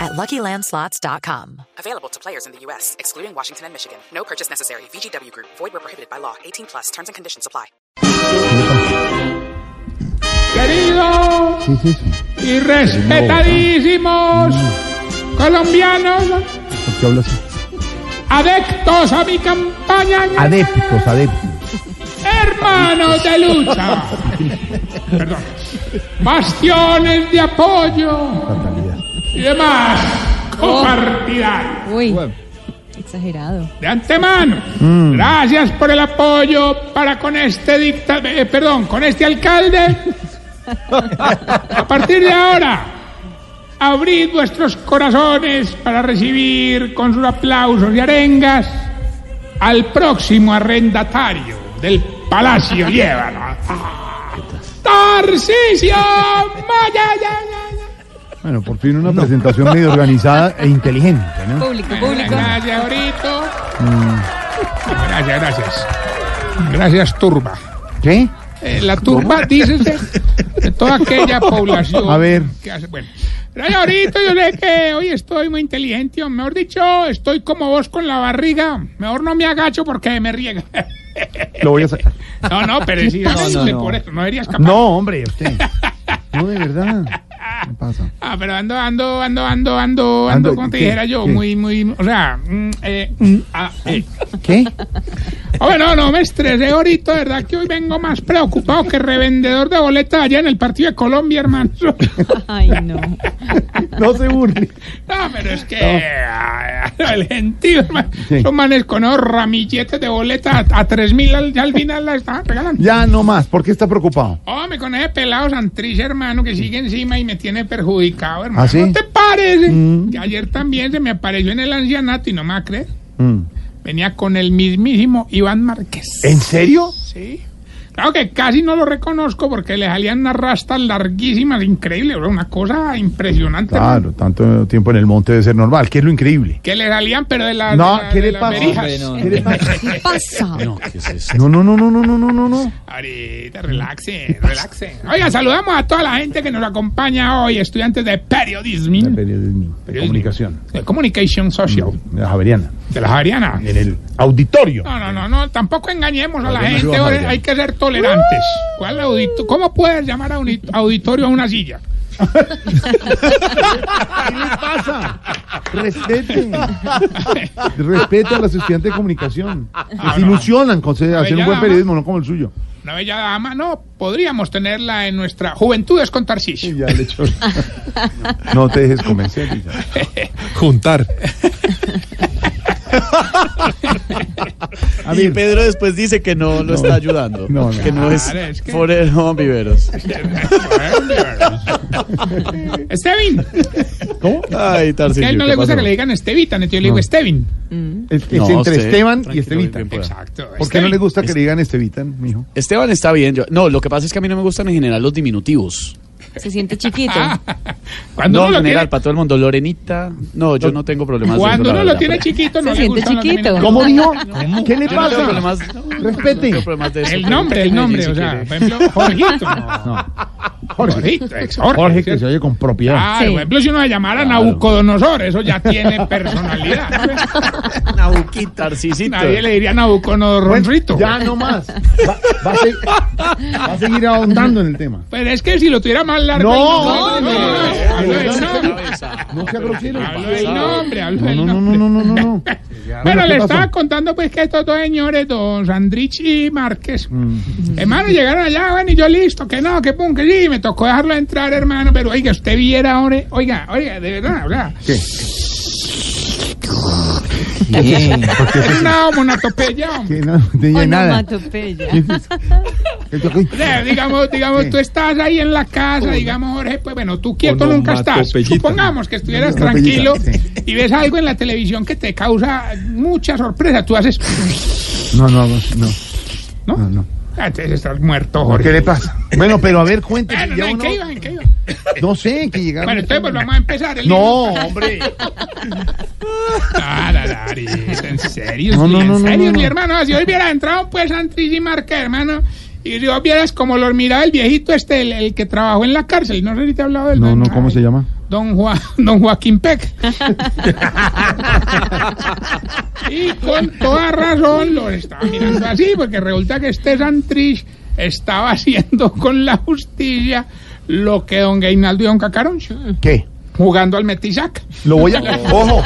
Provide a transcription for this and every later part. at luckylandslots.com. Available to players in the U.S., excluding Washington and Michigan. No purchase necessary. VGW Group, void were prohibited by law. 18 plus terms and conditions apply. Queridos y respetadísimos colombianos, ¿Por qué hablas así? adeptos a mi campaña, Adépticos, adépticos. hermanos de lucha, Perdón. bastiones de apoyo Fatalidad. y demás copartidarios. Oh. Uy, exagerado. De antemano, gracias por el apoyo para con este dicta, eh, perdón, con este alcalde. A partir de ahora, abrid vuestros corazones para recibir con sus aplausos y arengas al próximo arrendatario del Palacio Llévalo. Tarcisio Maya. Bueno, por fin una presentación medio organizada e inteligente, ¿no? Público, público. Gracias, Brito. Mm. Gracias, gracias. Gracias, Turba. ¿Qué? Eh, la turba, dice usted, de toda aquella población. A ver. que hace- bueno, Pero ahorita yo sé que hoy estoy muy inteligente, o mejor dicho, estoy como vos con la barriga. Mejor no me agacho porque me riega. Lo voy a sacar. No, no, pero si no, pasa? usted No, no. por eso, no deberías capaz. No, hombre, usted. No, de verdad. ¿Qué pasa? Ah, pero ando, ando, ando, ando, ando, ando, Ando, como te ¿qué? dijera yo, ¿Qué? muy, muy, o sea, mm, eh, mm, ah, eh. ¿Qué? Hombre, no, no me estresé ahorita, de verdad que hoy vengo más preocupado que revendedor de boletas allá en el partido de Colombia, hermano. Ay, no. No se burle. No, pero es que ay, ay, el gentío, hermano, Sí. son manes con esos ramilletes de boleta a, tres mil al, ya al final la estaban regalando. Ya no más. ¿Por qué está preocupado? Hombre, con ese pelado Santrich, hermano, que sigue encima y me tiene perjudicado, hermano. ¿Ah, sí? ¿No te parece? Mm. Que ayer también se me apareció en el ancianato y no me vas a creer. Mm. Venía con el mismísimo Iván Márquez. ¿En serio? Sí. Claro que casi no lo reconozco porque le salían unas rastas larguísimas, increíble, bro, una cosa impresionante. hermano. Claro, tanto tiempo en el monte debe ser normal, que es lo increíble. Que le salían, pero de las No, de la- ¿qué de le las pasa? berijas. ¿Qué le pasa? ¿Qué pasa? No, no, no, no, no, no, no, no, no. Ahorita, relaxen, relaxen. Oiga, saludamos a toda la gente que nos acompaña hoy, estudiantes de periodismo, La periodismo, de Periodismo. comunicación. de communication social, De la Javeriana. de la Javeriana. En el auditorio. No, no, no, no, tampoco engañemos a la Javeriana, gente, yo, ahora Javeriana. hay que ser tolerantes. ¿Cuál audito? ¿Cómo puedes llamar a un auditorio a una silla? ¿Qué le pasa? Respete. Respete a los estudiantes de comunicación. Ah, Se no. ilusionan con se- hacer ya un buen nada periodismo, no como el suyo. Una bella dama, no, podríamos tenerla en nuestra juventud es con Tarcisio. Ya le echó. No te dejes convencer. juntar. A Y ver, Pedro después dice que no lo está ayudando. No, no. Que no es Claro, es que- Forero Viveros. Estevin, ¿cómo? Ay, que Tarcillo. a él no le gusta que le digan Estevita, yo le digo No. Estevin. Es, es No, entre usted- Esteban y tranquilo, Estevita. bien pueda. Exacto. ¿Por qué no le Estevin. gusta que le digan Estevitan, mijo? Esteban está bien. yo- no, lo que pasa es que a mí no me gustan en general los diminutivos. Se siente chiquito. Cuando No, uno lo en general, tiene, para todo el mundo. Lorenita. No, yo no tengo problemas. de eso, cuando la uno lo verdad, tiene pero- chiquito, no le Se siente gustan los chiquito. diminutivos. ¿Cómo dijo? ¿Qué le Yo no tengo pasa? problemas- no, Respete. no tengo problemas de eso, El pero- nombre, el nombre, o sea, por ejemplo, Jorgito. Jorgito, ex Jorge. Jorge, que ¿cierto? se oye con propiedad. Claro, Sí. por ejemplo, si uno le llamara Nabucodonosor, eso ya tiene personalidad. Nabuquita, Tarcisito. Nadie le diría Nabucodonosorrito. Pues, Ya no más. Va, va a se- va a seguir ahondando en el tema. Pero Pues es que si lo tuviera más largo. No, el no, nombre, no, hablo del no, nombre, No sea grosero. hablo del nombre, hablo No, del no, no, nombre. no, no, no, no. Bueno, ¿qué le pasó? estaba contando pues que estos dos señores, don Sandrich y Márquez, Mm. hermano, llegaron allá, bueno, y yo listo, que no, que pum, que sí, me tocó dejarlo entrar, hermano, pero oiga, usted viera, ahora, oiga, oiga, de verdad, oiga, ¿Qué? era una homonatopeya, hombre. Que no, no tenía nada. Onomatopeya. O sea, digamos, digamos, Sí. tú estás ahí en la casa, digamos, Jorge, pues bueno, tú quieto nunca estás. Onomatopeyita. Supongamos que estuvieras tranquilo Onomatopeyita, sí. y ves algo en la televisión que te causa mucha sorpresa, tú haces... No, no, no. ¿No? Ah, Ah, No, no. Entonces estás muerto, Jorge. ¿Qué le pasa? Bueno, pero a ver, cuéntese. Bueno, ya no, ¿en uno- qué iba? ¿En qué iba? no sé, que llegaron. Bueno, entonces pues, volvamos a empezar. El No, hombre. Nada, Dari, en serio, No, sí, no, no, no, en serio, no, no. mi hermano. Si hoy hubiera entrado, pues, Santrich y Marca, hermano, y yo vieras como lo miraba el viejito este, el, el que trabajó en la cárcel. No sé si te he hablado del No, no, ¿cómo se llama? Don, Juan, don Joaquín Peck. y con toda razón lo estaba mirando así, porque resulta que este Santrich estaba haciendo con la justicia lo que don Gainaldo y don Cacaroncho, ¿Qué? jugando al metisac. Lo voy a. Ojo,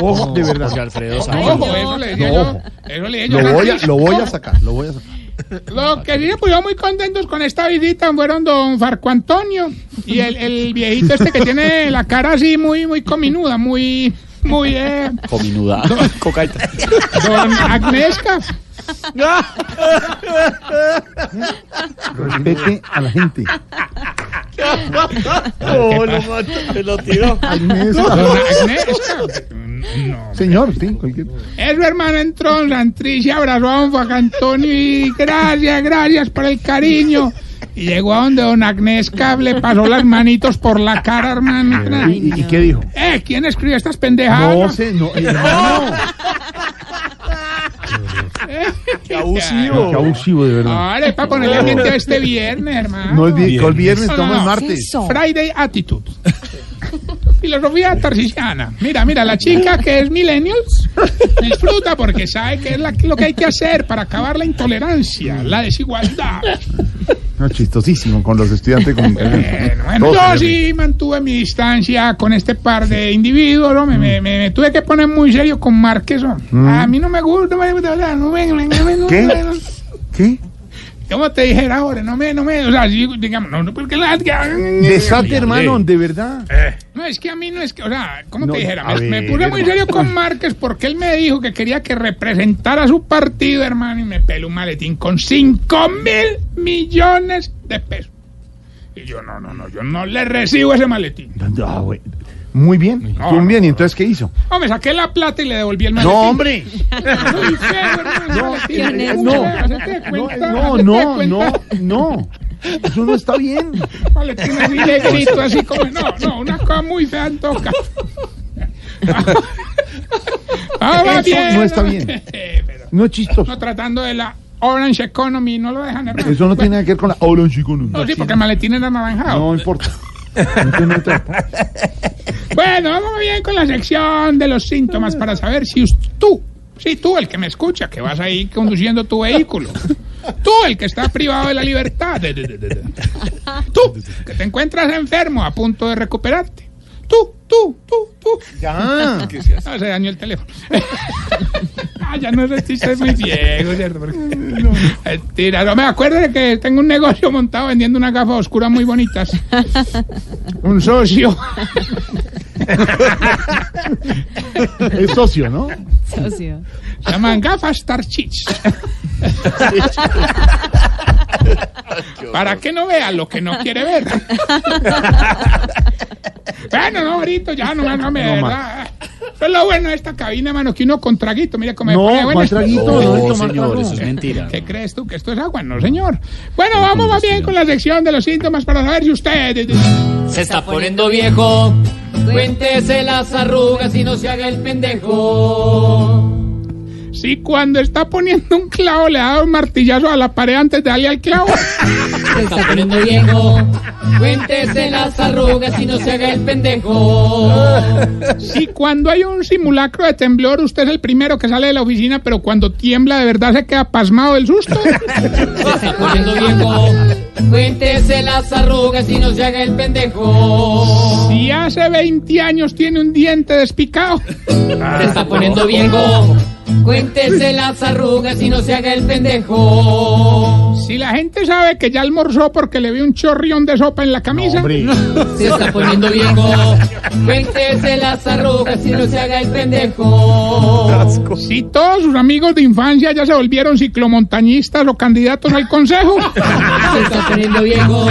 ojo, de verdad. Jorge Alfredo Santos. Ojo, eso le dije Ah, No, yo. ojo. Eso le dije yo. Lo voy a, Santrich. lo voy a sacar, lo voy a sacar. Los que sí se pusieron muy contentos con esta visita fueron don Farco Antonio y el, el viejito este que tiene la cara así muy, muy cominuda, muy, muy, eh, Cominuda. Cocaita. don Agnesca. Respete a la gente. Oh, lo mató, se lo tiró. Agnes- Don Agnesca. No. Señor, sí, cualquier. Eso, hermano, entró en la actriz y abrazó a don Farco Antonio y gracias, gracias por el cariño. Y llegó a donde don Agnesca le pasó las manitos por la cara, hermano. ¿Y, y qué dijo? Eh, ¿quién escribió estas pendejadas? No sé, no, hermano. Qué Qué abusivo. abusivo, de verdad. Ahora es para ponerle ambiente a este viernes, hermano. No es vi- que el viernes, No, no, estamos no. el ¿Qué es martes. eso? Friday Attitude. Filosofía tarcisiana. Mira, mira, la chica que es millennials disfruta porque sabe que es la- lo que hay que hacer para acabar la intolerancia, la desigualdad. No, chistosísimo con los estudiantes. Con... Bueno, bueno, Todos, yo sí mantuve mi distancia con este par de individuos, ¿no? me, me- me- me tuve que poner muy serio con Márquez. ¿no? A mí no me gusta, no me gusta, no me- no me- no me- no me- no Mm. ¿Qué? me- ¿Qué? ¿Cómo te dijera ahora? No me, no me, o sea, sí, digamos, no, no, porque la... Desate, hermano, de verdad. No, es que a mí no es que, o sea, ¿cómo No, te dijera? a Me, me ver, puse muy hermano. serio con Márquez porque él me dijo que quería que representara su partido, hermano, y me peló un maletín con 5 mil millones de pesos. Y yo, no, no, no, yo no le recibo ese maletín. Ah, güey. Muy bien, No, muy no, bien. ¿Y entonces qué hizo? No, me saqué la plata y le devolví el maletín. No, hombre. Soy feo, hermano, No, maletín, eh, muy no. feo, hacete de No, cuenta, no, hacete de no, no, cuenta. no. Eso no está bien. Maletín así negrito, así como, no, no, una cosa muy fea en toca. Ah, va Eso bien, no está va bien. pero No es chistoso. no tratando de la Orange Economy, no lo dejan hermano. Eso no tiene nada que ver con la Orange Economy. No, sí, porque el maletín era anaranjado. No importa. Entonces no está- Bueno, vamos bien con la sección de los síntomas para saber si us- tú, si tú el que me escucha, que vas ahí conduciendo tu vehículo, tú el que está privado de la libertad, de- de- de- de- de. tú que te encuentras enfermo a punto de recuperarte, tú, tú, tú, tú. Ya. Ah, se dañó el teléfono. ah, ya no sé si soy muy viejo, ¿cierto? Porque- Mentira, no me acuerdo de que tengo un negocio montado vendiendo unas gafas oscuras muy bonitas. un socio. Es socio, ¿no? socio. Se llaman gafas tarchich. Para que no vea lo que no quiere ver. bueno, no, Brito, ya no, no me No más. ¿verdad? Eso es lo bueno de esta cabina, mano, que uno con traguito, mira cómo me No, pone bueno. ¿cuál traguito? No, No, Oh, señor, Ah, no. eso es mentira. ¿Qué crees tú? ¿Que esto es agua? No, señor. Bueno, vamos más bien con la sección de los síntomas para saber si usted... Se está poniendo viejo. Cuéntese las arrugas y no se haga el pendejo. Si cuando está poniendo un clavo le da un martillazo a la pared antes de darle al clavo. Se está poniendo viejo. Cuéntese las arrugas y no se haga el pendejo. Si cuando hay un simulacro de temblor usted es el primero que sale de la oficina, pero cuando tiembla de verdad se queda pasmado del susto. Se está poniendo viejo. Cuéntese las arrugas y no se haga el pendejo. Si hace 20 años tiene un diente despicado. Se está poniendo viejo. Cuéntese las arrugas y no se haga el pendejo. Si la gente sabe que ya almorzó porque le vi un chorrión de sopa en la camisa. Hombre. Se está poniendo viejo. Cuéntese las arrugas y no se haga el pendejo. Si todos sus amigos de infancia ya se volvieron ciclomontañistas o candidatos al consejo. Se está poniendo viejo.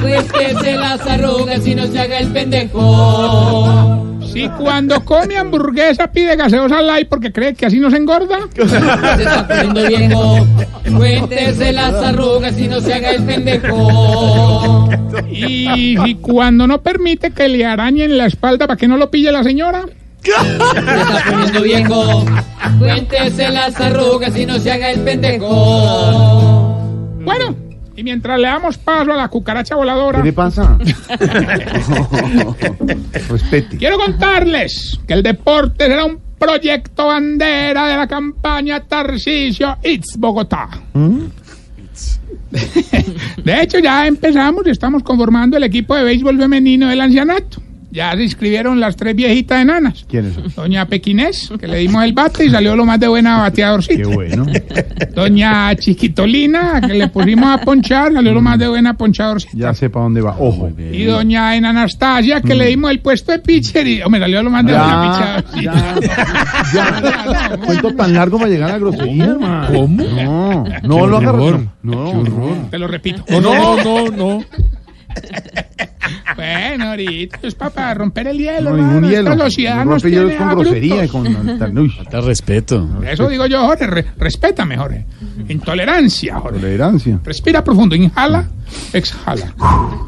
Cuéntese las arrugas y no se haga el pendejo. Si cuando come hamburguesa pide gaseosa light porque cree que así no se engorda. Se está poniendo viejo. Cuéntese las arrugas y no se haga el pendejo. Y si cuando no permite que le arañen la espalda para que no lo pille la señora. Se está poniendo viejo. Cuéntese las arrugas y no se haga el pendejo. Bueno, y mientras le damos paso a la cucaracha voladora, ¿Qué le pasa? Respete. quiero contarles que el deporte será un proyecto bandera de la campaña Tarcisio It's Bogotá. ¿Mm? De hecho, ya empezamos y estamos conformando el equipo de béisbol femenino del ancianato. Ya se inscribieron las tres viejitas enanas. ¿Quiénes son? Doña Pequinés, que le dimos el bate y salió lo más de buena Qué bateadorcita. bueno. Doña Chiquitolina, que le pusimos a ponchar, salió lo más de buena ponchadorcita. Ya sepa dónde va. Ojo. Y doña Ana Anastasia, que le dimos el puesto de pitcher y oh, me salió lo más de buena Mm. Ya, pichadorcita. ya, ya. Cuento tan largo para llegar a la grosería, hermano. ¿Cómo? No, no lo haga. horror. No, Qué no. horror. Te lo repito. No, no, no. Bueno, ahorita es pa- para romper el hielo. No, hermano. ningún Esta hielo. sociedad No nos rompe hielos tiene con abruptos. grosería y con tan- uy, Te respeto. Eso digo yo, Jorge. re- respétame, Jorge. Intolerancia, Jorge. tolerancia. Respira profundo, inhala, exhala.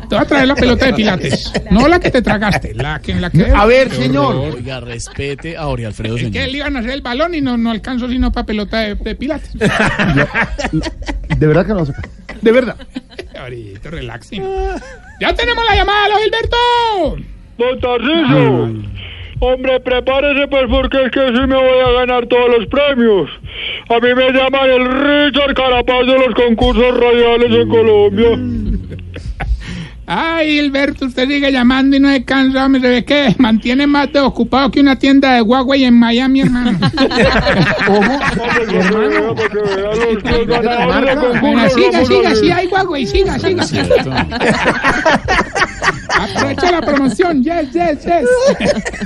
Te voy a traer la pelota de pilates. No la que te tragaste, la que en la que... ver, señor. Oiga, respete a Ori Alfredo, Es que señor. le iban a hacer el balón y no, no alcanzó sino para pelota de, de pilates. De verdad que no lo hace. De verdad. Ahorita, relaxing. Ya tenemos la llamada, los Gilberto. Don Tarciso, Mm. hombre, prepárese pues porque es que sí me voy a ganar todos los premios. A mí me llaman el Richard Carapaz de los concursos radiales Mm. en Colombia. Ay, Gilberto, usted sigue llamando y no se cansa, me se ve que mantiene más de ocupado que una tienda de Huawei en Miami, hermano. Para que vea, para que vea los- los ganadores de concursos, Bueno, siga, vamos a siga, ver. sí hay Huawei, siga, siga. Aprovecha la promoción, yes, yes, yes.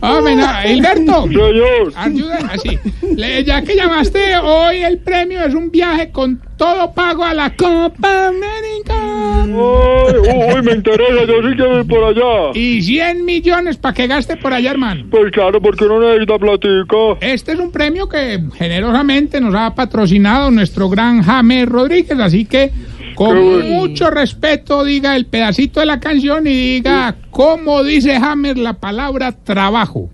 Hombre, no, Gilberto. Señor, Ayuda, así. Le- ya que llamaste, hoy el premio es un viaje con todo pago a la Copa Mm. América. ay, uy, me interesa, yo sí quiero ir por allá. Y 100 millones para que gaste por allá, hermano. Pues claro, porque uno necesita platica. Este es un premio que generosamente nos ha patrocinado nuestro gran James Rodríguez, así que con mucho respeto diga el pedacito de la canción y diga cómo dice James la palabra trabajo.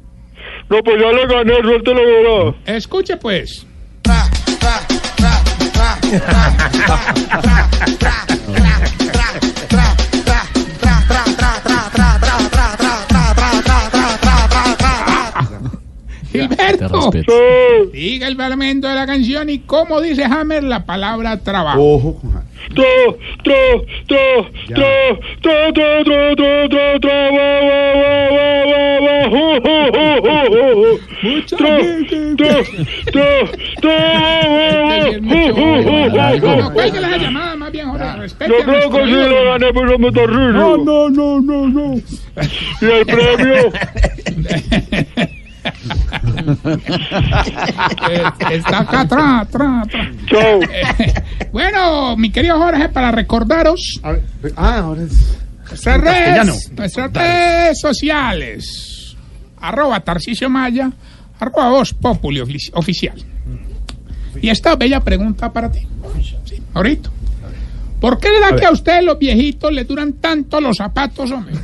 No, pues ya le gané, suerte la verá. Escuche pues. Te Gilberto, respeto. Sí, diga el fragmento de la canción y cómo dice Hammer la palabra Oh. trabajo. Ojo con tra, tra, tra, tra, tra, tra, tra, tra, tra, tra, va, va, va, va, va, va, ju, ju, ju, ju, ju. Mucha Tra, gente. tra, tra, tra, Este va, viernes, va, ju, ju, ju, Jorge, ju, ju. No cuelgue la llamada, más bien, Jorge, respete Yo a creo nuestro que sí ídolo. lo gané, pero me está No, no, riendo. no, no, no. Y el premio, Eh, Está acá, tra, tra, tra. chao. Bueno, mi querido Jorge, para recordaros A ver, ah, ahora es. nuestras castellano. redes, nuestras redes sociales. Arroba Tarcisio Maya, arroba Voz Populi ofici- Oficial. Mm. Y esta bella pregunta para ti. Sí, ahorita. ¿Por qué le da que a ustedes los viejitos les duran tanto los zapatos, hombre?